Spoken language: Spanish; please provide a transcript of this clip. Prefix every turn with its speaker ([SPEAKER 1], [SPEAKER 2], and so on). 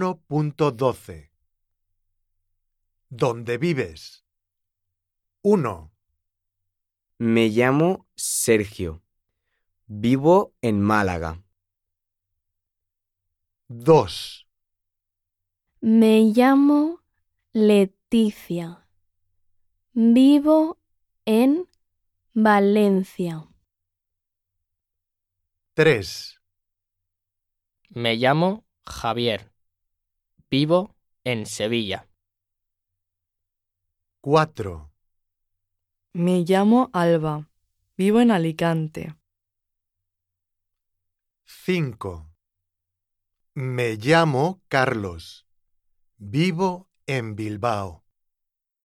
[SPEAKER 1] 1.12 ¿Dónde vives? 1,
[SPEAKER 2] Me llamo Sergio. Vivo en Málaga.
[SPEAKER 1] 2,
[SPEAKER 3] Me llamo Leticia. Vivo en Valencia.
[SPEAKER 1] 3,
[SPEAKER 4] Me llamo Javier. Vivo en Sevilla.
[SPEAKER 1] 4,
[SPEAKER 5] Me llamo Alba. Vivo en Alicante.
[SPEAKER 1] 5 Me llamo Carlos. Vivo en Bilbao.